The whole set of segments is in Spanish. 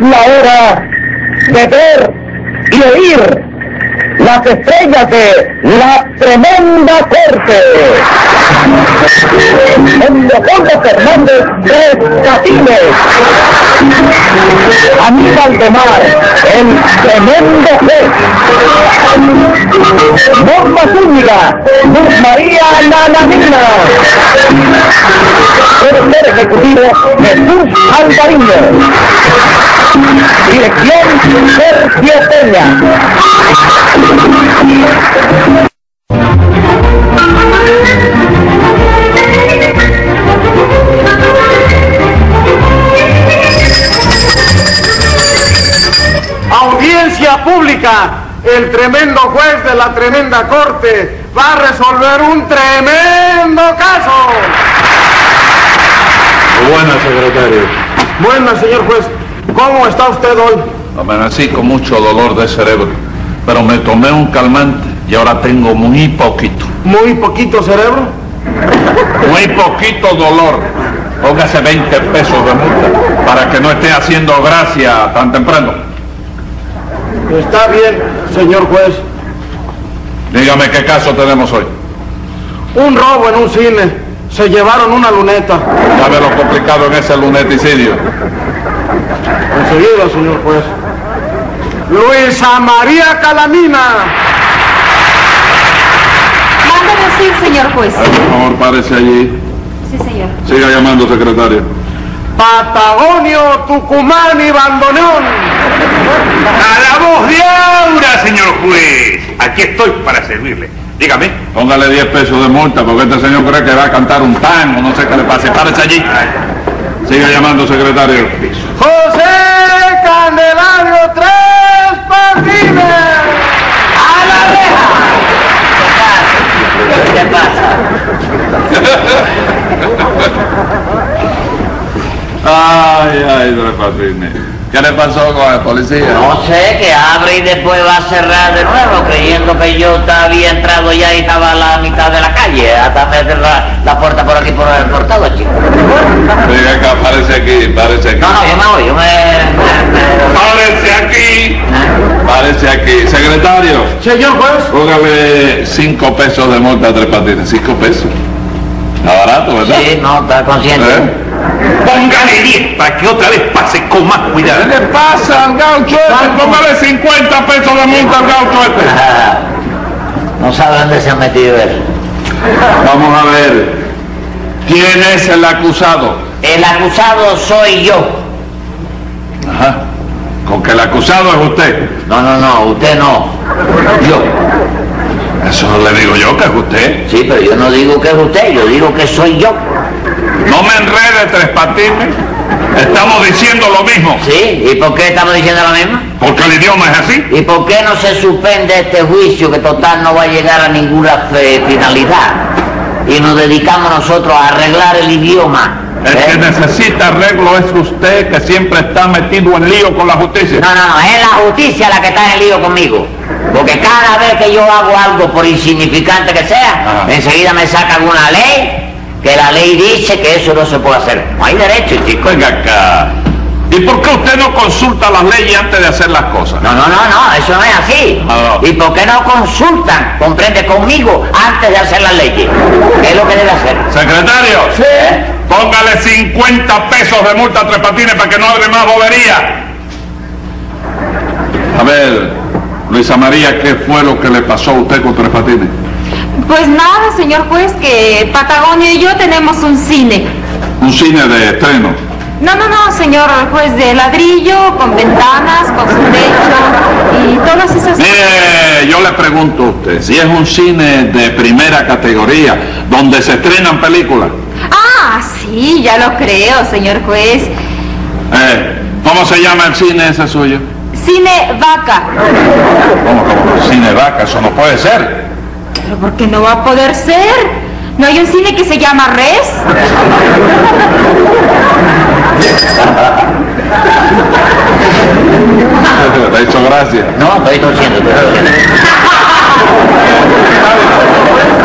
la hora de ver y oír las estrellas de la tremenda corte. En Leopoldo Fernández Tres Catines. Aníbal de Mar, el tremendo juez. Norma Zúñiga, Luz María Nananina. Tercer ejecutivo Jesús Alvarino. Dirección Sergio Peña. Audiencia pública. El tremendo juez de la tremenda corte va a resolver un tremendo caso. Buenas, secretario. Buenas, señor juez. ¿Cómo está usted hoy? Amanecí con mucho dolor de cerebro, pero me tomé un calmante y ahora tengo muy poquito. Muy poquito cerebro. Muy poquito dolor. Póngase 20 pesos de multa para que no esté haciendo gracia tan temprano. Está bien, señor juez. Dígame qué caso tenemos hoy. Un robo en un cine. Se llevaron una luneta. Ya ve lo complicado en ese luneticidio. Enseguida, señor juez. Luisa María Calamina. Manda decir, señor juez. Ay, por favor, párese allí. Sí, señor. Siga llamando, secretario. Patagonio, Tucumán y Bandoneón. A la voz de Aura, señor juez. Aquí estoy para servirle. Dígame. Póngale 10 pesos de multa porque este señor cree que va a cantar un tango, no sé qué le pase. Párese allí. Siga llamando, secretario. José Candelario Tres Patines. ¡A la reja! ¿Qué te pasa? Ay, ay, Tres Patines. ¿Qué le pasó con el policía? No sé, que abre y después va a cerrar de nuevo, creyendo que yo ta- había entrado ya y estaba a la mitad de la calle. Hasta me cerrar la puerta por aquí, por el portado, chico. Venga acá, párese aquí, párese aquí. No, no, yo me voy, yo me... me- Párese aquí. me- Párese aquí. Secretario, Señor juez. póngale 5 pesos de multa a Tres Patines. 5 pesos. Está barato, ¿verdad? Sí, no, está consciente. ¿Eh? Póngale 10 para que otra vez pase con más ¿Qué cuidado. le pasa al gaucho este? Póngale 50 pesos de multa al gaucho este. Ah, No sabe dónde se ha metido él. Vamos a ver. ¿Quién es el acusado? El acusado soy yo. Ajá. Con que el acusado es usted. No, no, no, usted no. Yo. Eso le digo yo que es usted. Sí, pero yo no digo que es usted, yo digo que soy yo. No me enrede, Tres Patines. Estamos diciendo lo mismo. ¿Sí? ¿Y por qué estamos diciendo lo mismo? Porque el idioma es así. ¿Y por qué no se suspende este juicio que total no va a llegar a ninguna fe- finalidad? Y nos dedicamos nosotros a arreglar el idioma. El ¿eh? que necesita arreglo es usted, que siempre está metido en lío con la justicia. No, no, no, es la justicia la que está en lío conmigo. Porque cada vez que yo hago algo, por insignificante que sea, Ajá. enseguida me sacan una ley que la ley dice que eso no se puede hacer. No hay derecho, chicos. Venga acá. ¿Y por qué usted no consulta las leyes antes de hacer las cosas? Ah, No, no, no, no, eso no es así. No, no. ¿Y por qué no consultan, comprende, conmigo antes de hacer las leyes? ¿Qué es lo que debe hacer? ¿Eh? Secretario, póngale 50 pesos de multa a Tres Patines para que no hable más bobería. A ver, Luisa María, ¿qué fue lo que le pasó a usted con Tres Patines? Pues nada, señor juez, que Patagonia y yo tenemos un cine. Un cine de estreno. No, no, no, señor juez, de ladrillo, con ventanas, con su techo y todas esas Mire, yo le pregunto a usted, si es un cine de primera categoría, donde se estrenan películas, Ah, sí, ya lo creo, señor juez. eh, ¿cómo se llama el cine ese suyo? Cine vaca. ¿Cómo, cómo? Cine vaca, eso no puede ser. Pero ¿por qué no va a poder ser? ¿No hay un cine que se llama Res? Le he hecho gracia. No, estoy tosiendo, estoy tosiendo.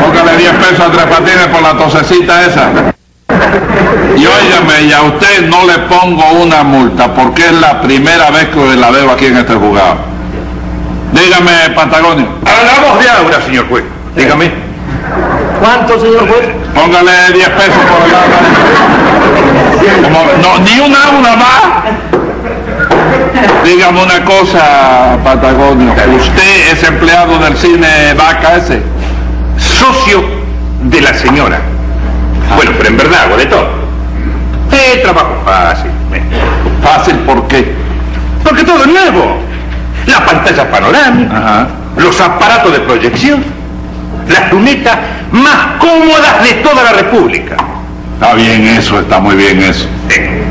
Póngale 10 pesos a Tres Patines por la tosecita esa. Y óigame, y a usted no le pongo una multa porque es la primera vez que la veo aquí en este juzgado. Dígame, Patagonio, Hablamos de aura, señor juez. Dígame. ¿Cuánto, señor juez? póngale 10 pesos por el aula. Como- no, ni una aula más. Dígame una cosa, Patagonio. ¿Usted es empleado del cine Vaca ese? socio de la señora. Bueno, pero en verdad hago de todo. Eh, trabajo fácil. eh. Fácil, ¿por qué? Porque todo es nuevo. La pantalla panorámica, Ajá. los aparatos de proyección, las lunetas más cómodas de toda la República. Está bien eso, está muy bien eso. Eh,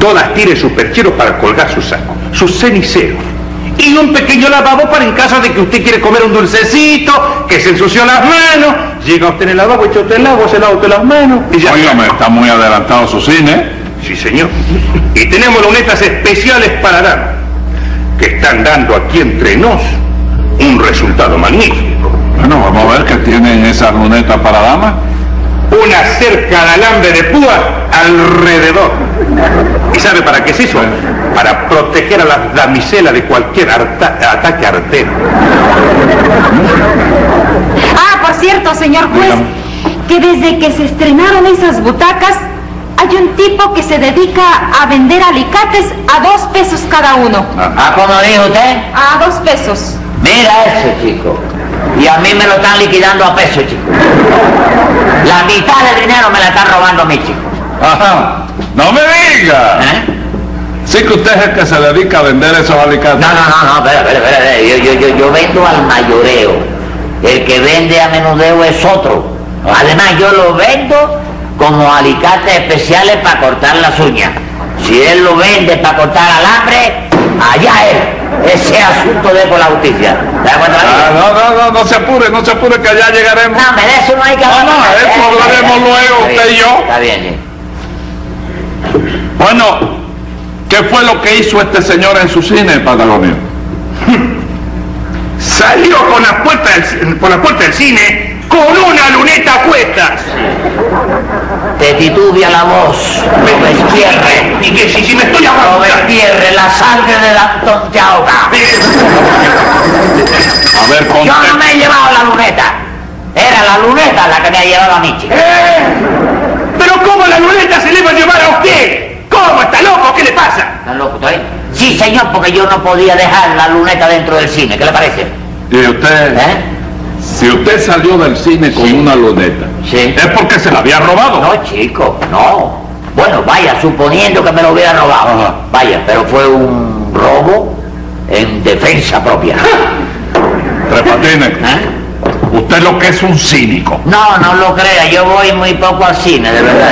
Todas tienen sus percheros para colgar sus sacos, sus ceniceros. Y un pequeño lavabo para en caso de que usted quiere comer un dulcecito, que se ensució las manos, llega usted en el lavabo, echa usted el agua, se lava usted las manos y ya está. Óigame, está muy adelantado su cine. Sí, señor. Y tenemos lunetas especiales para dar, que están dando aquí entre nos un resultado magnífico. Bueno, vamos a ver qué tienen esas lunetas para damas. Una cerca de alambre de púa alrededor. ¿Y sabe para qué es eso? eh? Para proteger a las damiselas de cualquier arta- ataque artero. Ah, por cierto, señor juez, Dígame. que desde que se estrenaron esas butacas, hay un tipo que se dedica a vender alicates a dos pesos cada uno. ¿A cómo dijo usted? A dos pesos. Mira eso, chico. Y a mí me lo están liquidando a peso, chico. La mitad del dinero me la están robando a mí, chico. Ajá. No me diga. ¿Eh? Sí que usted es el que se dedica a vender esos alicates. No, no, no, no, espera, espera, espera, espera. Yo, yo, yo, yo vendo al mayoreo. El que vende a menudeo es otro. Además, yo lo vendo como alicates especiales para cortar las uñas. Si él lo vende para cortar alambre, allá él. Ese asunto de con la justicia. ¿Te das cuenta? Ah, no, no, no, no se apure, no se apure que allá llegaremos. No, me de eso no hay que No, hablar. no, eso Eh, hablaremos está luego, bien, usted y yo. Está bien, sí. Bueno, ¿qué fue lo que hizo este señor en su cine, Patagonio? Salió con la puerta del, ci- por la puerta del cine con una luneta a cuestas. Te titubia la voz. No me cierre. Y que si, si me estoy No ahogando. me cierre. La sangre de Antón te ahoga. A ver, Yo no conte- me he llevado la luneta. Era la luneta la que me ha llevado a mí, chico. Pero ¿cómo la luneta se le va a llevar a usted? ¿Cómo? ¿Está loco? ¿Qué le pasa? ¿Estás loco tú ahí? Sí, señor, porque yo no podía dejar la luneta dentro del cine. ¿Qué le parece? Y usted, ¿Eh? si usted salió del cine con una luneta, Sí. es porque se la había robado. No, chico, no. Bueno, vaya, suponiendo que me lo hubiera robado. Ajá. Vaya, pero fue un robo en defensa propia. Tres Patines, ¿Eh? usted lo que es un cínico. No, no lo crea, yo voy muy poco al cine, de verdad.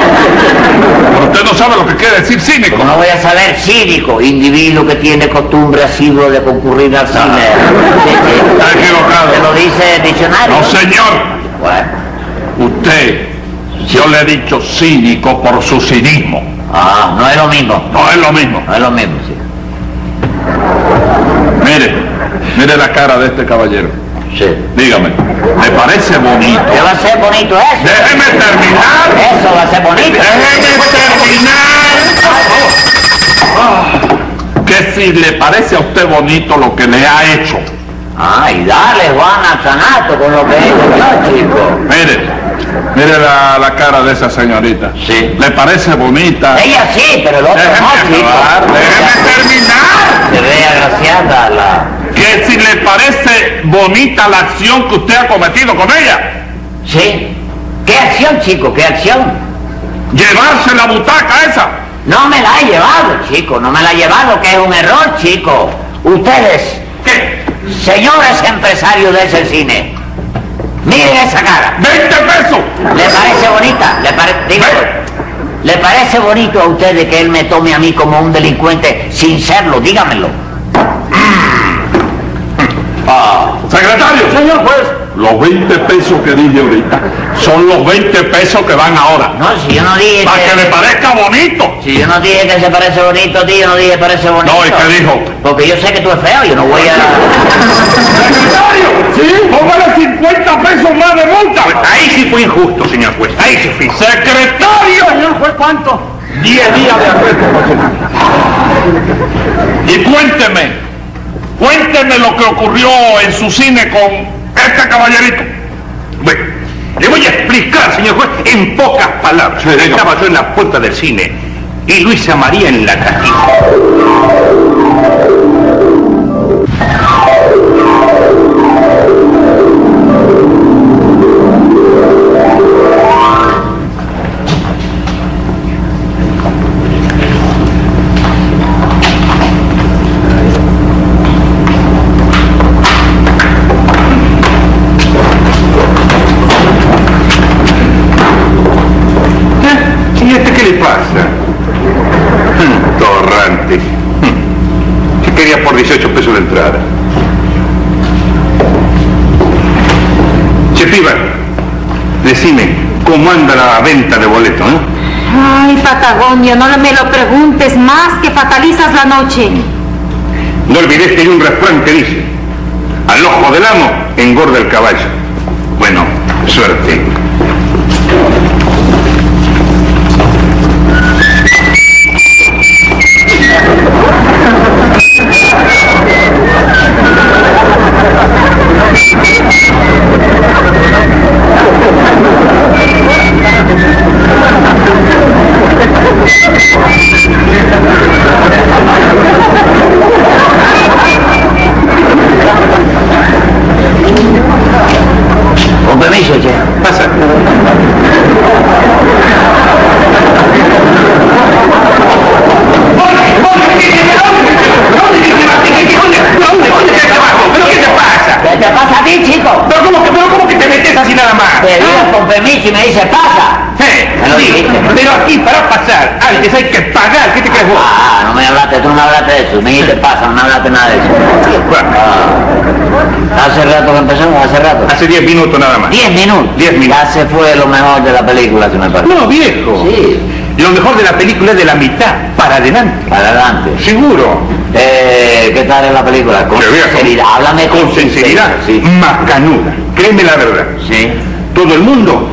Pero usted no sabe lo que quiere decir cínico. Como no voy a saber, cínico, individuo que tiene costumbre asiduo de concurrir al cine. Sí, sí. Está equivocado. Te lo dice el diccionario. No, señor. Bueno, Usted, yo le he dicho cínico por su cinismo. ah, no es lo mismo, No es lo mismo. no es lo mismo, sí. Mire, mire la cara de este caballero. sí. Dígame, ¿le parece bonito? ¿Qué va a ser bonito eso? Déjeme terminar. Eso va a ser bonito. Déjeme terminar. Ah, Que si le parece a usted bonito lo que le ha hecho. Ay, dale, Juan, al sanato con lo que he hecho yo, chico. Mire, mire la, la cara de esa señorita. Sí. ¿Le parece bonita? Ella sí, pero el otro Déjeme no, chico. acabar, déjeme terminar. Se ve agraciada la... que si le parece bonita la acción que usted ha cometido con ella, Sí. ¿Qué acción, chico? ¿Qué acción? llevarse la butaca esa. No me la he llevado, chico. No me la he llevado, que es un error, chico. Ustedes, ¿Qué? señores empresarios de ese cine, miren esa cara. ¡20 pesos! ¿Le parece bonita? ¿Le, pare- digo, ¿Le parece bonito a ustedes que él me tome a mí como un delincuente sin serlo? Dígamelo. papá. Secretario. Señor juez, Los 20 pesos que dije ahorita son los 20 pesos que van ahora. No, si yo no dije Para que le que... parezca bonito. Si yo no dije que se parece bonito a ti, yo no dije que parece bonito. No, ¿y qué dijo? Porque yo sé que tú eres feo, yo no voy a... ¡Secretario! ¡Sí! ¡Póngale 50 pesos más de multa! Pues Ahí sí fue injusto, señor juez. Ahí sí fue injusto. ¡Secretario! señor juez, ¿cuánto? 10 días de arresto personal. Y cuénteme, cuénteme lo que ocurrió en su cine con este caballerito. Bueno, le voy a explicar, señor juez, en pocas palabras. Sí, diga. Estaba yo en la puerta del cine y Luisa María en la cajita. ¿Eh? ¿Y este qué le pasa? Hmm, Torrante. Hmm. Si quería por 18 pesos de entrada. Che, piba, decime, ¿cómo anda la venta de boletos, eh? Ay, Patagonio, no me lo preguntes más que fatalizas la noche. No olvides que hay un refrán que dice, al ojo del amo engorda el caballo. Bueno, suerte. Con permiso, che. Pasa. ¿Qué te pasa a ti, chico? Pero cómo que, pero cómo que te metes así nada más. Te ¿Ah? digo con permiso y me dice, pasa. Eh, Me lo sí, dijiste. pero aquí para pasar, antes hay que pagar, ¿qué te crees vos? Ah, no me hablaste, tú no me hablaste de eso. Me dijiste, pasa, no me hablaste nada de eso. Ah. Hace rato que empezamos, hace rato. Hace 10 minutos nada más. Diez minutos. Diez minutos. Ya se fue lo mejor de la película, se me parece. No, viejo. Sí, Lo mejor de la película es de la mitad para adelante. para adelante. Seguro. Eh, ¿Qué tal es la película? Con Qué viejo. sinceridad, háblame con, Con sinceridad, Sí. macanuda. Créeme la verdad. Sí. Todo el mundo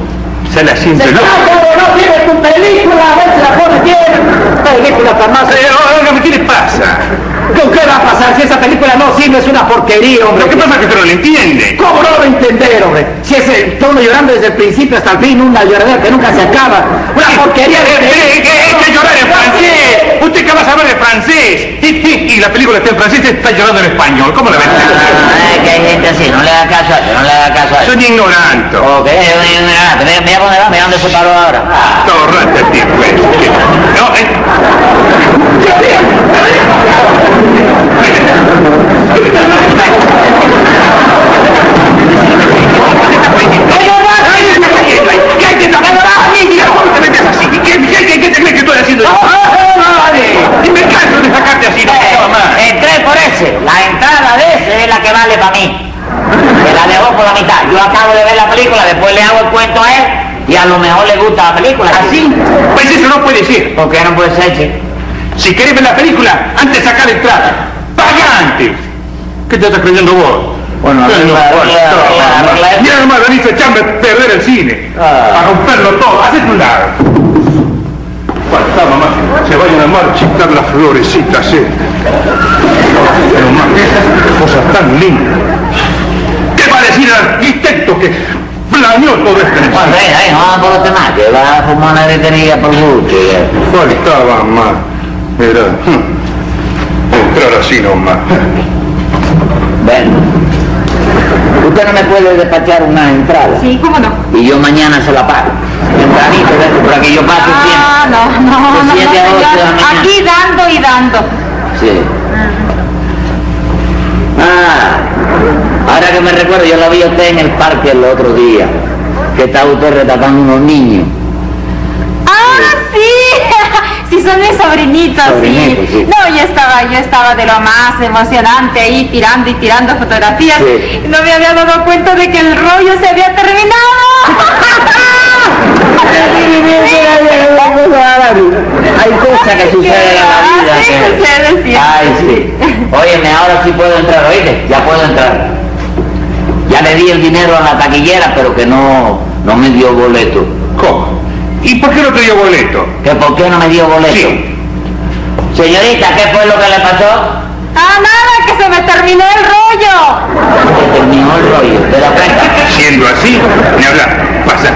se la siente loca. no tienes tu película, a ver si la pones bien. Película tan más. Eh, óigame, ¿Qué le pasa? ¿Con qué va a pasar si esa película no sirve? Es una porquería, hombre. Lo que pasa es que usted no lo entiende. ¿Cómo no lo entender, hombre? Si es el tono llorando desde el principio hasta el fin, una lloradera que nunca se acaba. Una porquería de... Eh, eh, que hay que llorar en francés. Usted que va a saber de francés. Y, y- y la película está en francés y está llorando en español. ¿Cómo la ves? Ah, es que hay gente así, no le haga caso a eso, no le haga caso a eso. Soy un ignorante. Ok, eh, mira, mira, mira dónde va, mira dónde se paró ahora. Ah. Torrante el tipo este. No, eh. Eh, entré por ese. La entrada de ese es la que vale para mí. Me la dejó por la mitad. Yo acabo de ver la película, después le hago el cuento a él y a lo mejor le gusta la película. Así, pues eso no puede ser. ¿Por qué no puede ser, chico? Si querés ver la película, antes saca la entrada. ¡Paga antes! ¿Qué te estás creyendo vos? Bueno, Eh, arregla, no, arregla, bueno, arregla, no, arregla. no. Mira hermano, dice echarme a perder el cine. Ah. A romperlo todo, hacete un lado. Faltaba más. Se vayan a marchitar las florecitas, eh. Pero más, qué cosa tan linda. ¿Qué va a decir el arquitecto que planeó todo este Bueno, ensayo? ven, ven, no vamos por los demás, que va a fumar una gritería por gusto. ya. Faltaba más. Era. hmm, Entrar así nomás. Ven. Usted no me puede despachar una entrada. Sí, cómo no. Y yo mañana se la pago. Tempranito, ven, para que yo pase Ah, tiempo. no, no, no, no, siete a ocho de la señor. mañana. Aquí dando y dando. Sí. Ah, ahora que me recuerdo, yo la vi a usted en el parque el otro día, que estaba usted retratando unos niños. ¡Ah, sí! Sí, son mis sobrinitos, Sobrinitos, sí. sí. No, yo estaba, yo estaba de lo más emocionante ahí tirando y tirando fotografías. Sí. No me había dado cuenta de que el rollo se había terminado. Hay cosas que suceden en la vida. Así que- sucede siempre. Ay, sí. Óyeme, ahora sí puedo entrar, oíste, ya puedo entrar. Ya le di el dinero a la taquillera, pero que no, no me dio boleto. ¿Cómo? ¿Y por qué no te dio boleto? ¿Que por qué no me dio boleto? Sí. Señorita, ¿qué fue lo que le pasó? Ah, nada, que se me terminó el rollo. Se terminó el rollo, pero cuéntame. Siendo así, ni hablar. Pasa.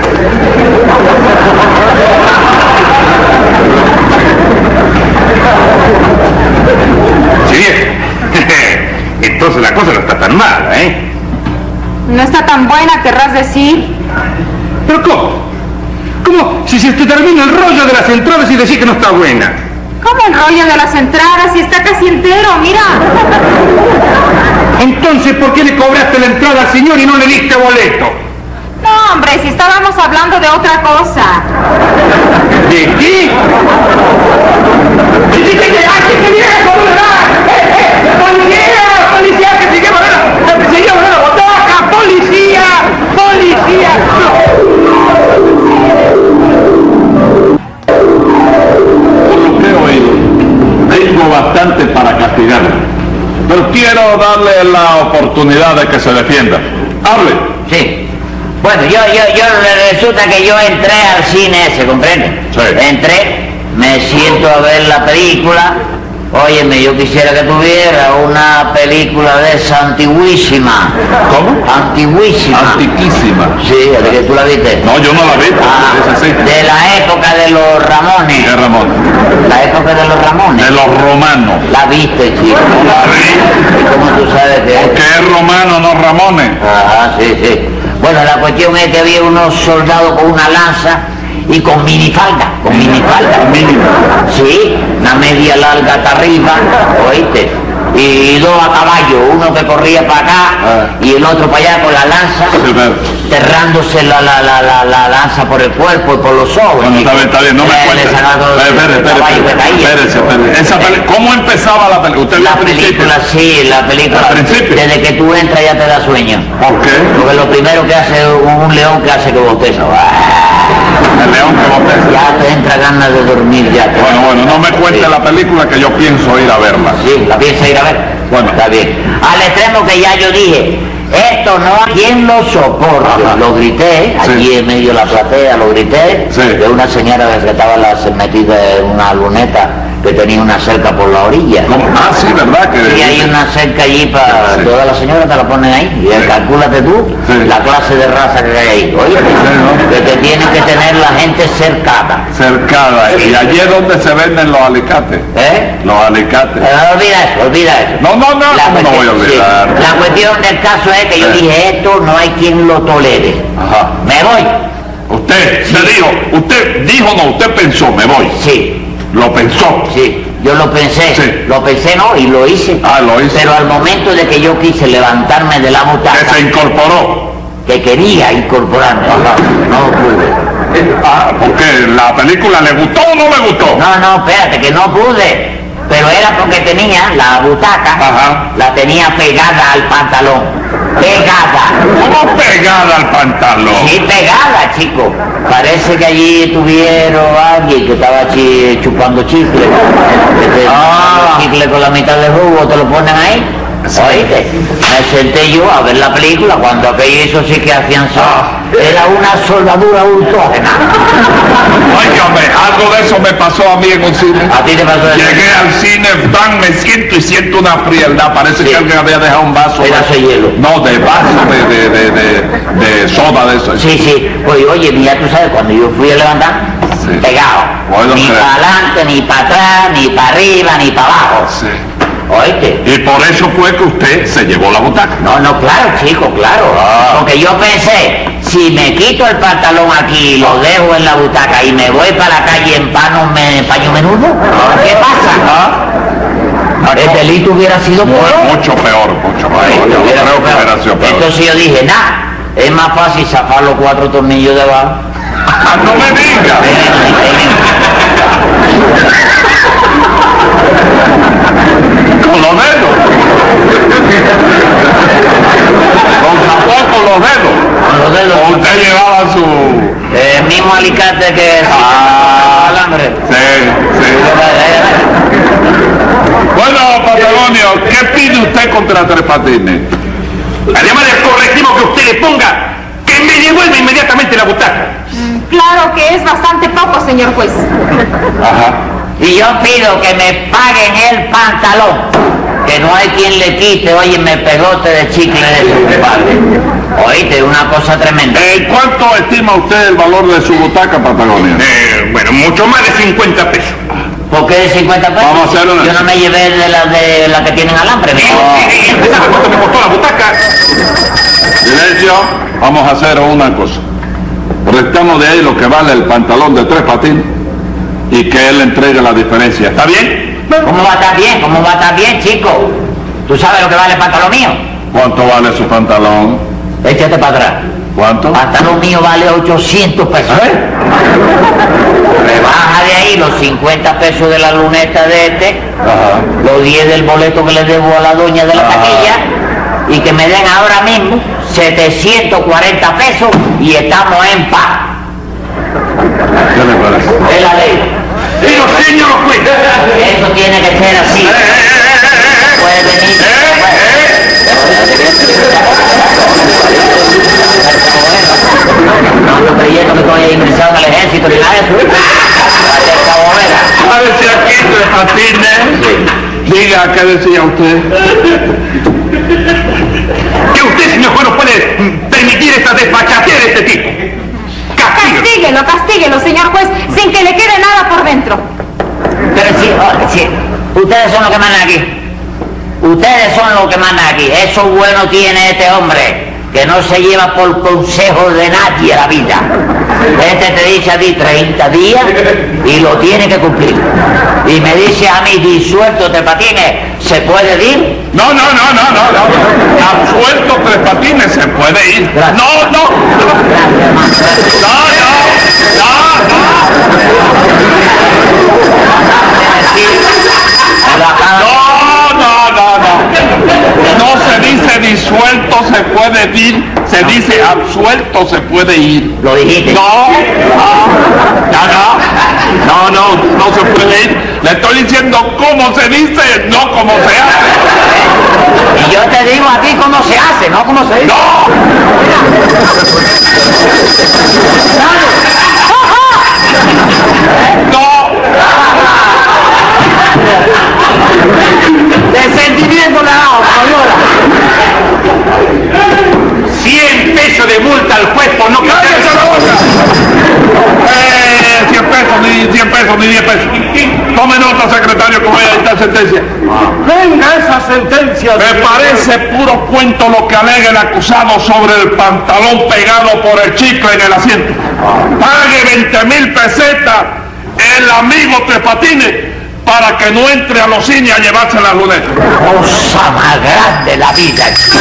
Sí, bien. Entonces la cosa no está tan mala, ¿eh? No está tan buena, querrás decir. ¿Pero cómo? ¿Cómo? Si se te termina el rollo de las entradas y decís que no está buena. ¿Cómo el rollo de las entradas? Si está casi entero, mira. Entonces, ¿por qué le cobraste la entrada al señor y no le diste boleto? No, hombre, si estábamos hablando de otra cosa. ¿De qué? ¡Dijiste que aquí te viene con ¡Eh, eh! ¡Policía! ¡Policía! ¡Que sigue volando! ¡Que sigue volando! ¡Botaca! ¡Policía! ¡Policía! creo y tengo bastante para castigar. Pero quiero darle la oportunidad de que se defienda. Hable. Sí. Bueno, yo, yo, yo resulta que yo entré al cine ese, ¿comprende? Sí. Entré, me siento a ver la película. Óyeme, yo quisiera que tuviera una película de esa antiguísima. ¿Cómo? Antiguísima. Antiquísima. sí, de que tú la viste. No, yo no la vi. Ah, es así. de la época de los Ramones. De Ramón. La época de los Ramones. De los romanos. La viste, chico. No la vi. ¿Y cómo tú sabes que Que es romano, no Ramones. Ajá, Ah, sí, sí. Bueno, la cuestión es que había unos soldados con una lanza y con minifalda, con minifalda. Mínimo. Sí, una media larga hasta arriba, oíste. Y dos a caballo, uno que corría para Ah. acá y el otro para allá con la lanza, Sí, pero- cerrándose la, la, la, la, la lanza por el cuerpo y por los ojos. Bueno, chico. está bien, está bien, no me Eh, le acuerdo. sacaba todo el Espérese, caballo que caía. espérese, espérese, espérese. Esa peli- ¿Cómo empezaba la película? ¿Usted vio La el principio? película, sí, la película. Al principio. Desde que tú entras ya te da sueño. ¿Por qué? Porque lo primero que hace un, un león que hace que bosteza. El león que botella. Ya te entra ganas de dormir ya. Bueno, bueno, no me cuente la película que yo pienso ir a verla. Sí, la piensa ir a ver. Bueno. Está bien. Al extremo que ya yo dije, esto no hay quien lo soporta. Ajá. Lo grité, Sí. allí en medio de la platea, lo grité, Sí. de una señora que estaba las- metida en una luneta que tenía una cerca por la orilla. ¿Cómo? Ah, sí, ¿verdad? Que Sí, hay una cerca allí para Sí. todas las señoras, te la ponen ahí. Y Sí. calculate tú Sí. la clase de raza que hay ahí. Oye, ¿no? que te tiene que tener la gente cercada. cercada. ¿Y allí es donde se venden los alicates? ¿Eh? Los alicates. Pero no olvida eso, olvida eso. No, no, no, ¿cómo no voy a sí, olvidar? la cuestión del caso es que yo Sí. dije, esto no hay quien lo tolere. Ajá. Me voy. Usted se dijo, usted dijo no, usted pensó, me voy. Sí, Lo pensó. sí. Yo lo pensé, Sí. lo pensé no, y lo hice. Ah, lo hizo. Pero al momento de que yo quise levantarme de la Que butaca, se incorporó. que quería incorporarme, no pude. Ah, porque la película le gustó o no le gustó. No, no, espérate, que no pude. Pero era porque tenía la butaca, Ajá. la tenía pegada al pantalón. Pegada. ¿Cómo pegada al pantalón? Sí, pegada, chico. Parece que allí tuvieron a alguien que estaba chi- chupando chicle. Que te- Ah. Chicle con la mitad del jugo, te lo ponen ahí. Oíste, me senté yo a ver la película cuando aquello hizo sí que afianzó. Era una soldadura ultrógena. Óigame, algo de eso me pasó a mí en un cine. A ti te pasó eso. Llegué al cine tan me siento y siento una frialdad. Parece Sí. que alguien había dejado un vaso. Pedazo de hielo. No, de vaso de, de, de, de- de soda de eso. Sí, sí, pues oye, mira, tú sabes, cuando yo fui a levantar, Sí. pegado. Bueno, ni pero- para adelante, ni para atrás, ni para arriba, ni para abajo. Sí. ¿Oíste? Y por eso fue que usted se llevó la butaca. No, no, claro, chico, claro. Ah. Porque yo pensé, si me quito el pantalón aquí, lo dejo en la butaca y me voy para la calle en pano, me, en paño menudo, ¿qué pasa? Ah, El delito hubiera sido peor. mucho peor, mucho peor. Yo Hubiera creo sido que peor. hubiera sido peor. Entonces yo dije, nada, es más fácil zafar los cuatro tornillos de abajo. Ah, no me diga. Con los dedos. Con tapón con los dedos. Con los dedos. O usted llevaba su... El Eh, mismo alicate que... Ah. alambre. Sí, sí. Bueno, Patagonio, ¿qué pide usted contra Tres Patines? Además del correctivo que usted le ponga, que me devuelva inmediatamente la butaca. Claro que es bastante poco, señor juez. Ajá. Y yo pido que me paguen el pantalón. Que no hay quien le quite, oye, me pegote de chicle de su compadre. Oíste, una cosa tremenda. Eh, ¿Cuánto estima usted el valor de su butaca, Patagonio? Eh, bueno, mucho más de 50 pesos. ¿Por qué de 50 pesos? Vamos a hacerlo en el- Yo no me llevé de la, de la que tienen alambre. mi amor. Eh, eh, ¿Usted sabe cuánto me costó la butaca? Silencio, vamos a hacer una cosa. Restamos de ahí lo que vale el pantalón de Tres Patines y que él entregue la diferencia. ¿Está ¿Está bien? bien? ¿Cómo va a estar bien? ¿Cómo va a estar bien, chico? ¿Tú sabes lo que vale el pantalón mío? ¿Cuánto vale su pantalón? Échate para atrás. ¿Cuánto? El Ah. pantalón mío vale 800 pesos. Rebaja de ahí los 50 pesos de la luneta de este, Ajá. los 10 del boleto que le debo a la doña de la Ah. taquilla y que me den ahora mismo 740 pesos y estamos en paz. ¿Qué le parece? Es la ley. Pero señor juez. Eso tiene que ser así. Puede venir. No ando creyendo que estoy ingresado al ejército ni nada de eso. Vaya esta bobera. A ver si aquí Tres Patines. Diga, ¿qué decía usted? Que usted, señor juez, no puede mm, permitir esta desfachatez de este tipo. Castillo. Castíguelo, castíguelo, señor juez, sin que le quede nada por dentro. Pero sí, oh, sí, ustedes son los que mandan aquí. Ustedes son los que mandan aquí. Eso bueno tiene este hombre, que no se lleva por consejo de nadie la vida. Este te dice a ti 30 días y lo tiene que cumplir. Y me dice a mí, disuelto te patines, ¿se puede ir? No, no, no, no, no, no. Absuelto Tres Patines, se puede ir. Gracias. No, no. Gracias, hermano, gracias. No, no. No, no. Sí, me lo No, acaban- no, no, no. No se dice disuelto se puede ir, se dice absuelto se puede ir. Lo dijiste. No, no, no, no, no, no se puede ir. Le estoy diciendo cómo se dice, no cómo se hace. Y yo te digo a ti cómo se hace, no cómo se dice. No, no. De sentimiento le hago, señora. 100 pesos de multa al juez por no ¡Cállese la boca! Eh, 100 pesos, ni 100 pesos, ni 10 pesos. Tome nota, secretario, que voy a dictar sentencia. Venga esa sentencia. Me señor parece puro cuento lo que alega el acusado sobre el pantalón pegado por el chicle en el asiento. Pague 20 mil pesetas el amigo Tres Patines para que no entre a los cines a llevarse las lunetas. cosa más grande la vida. chico.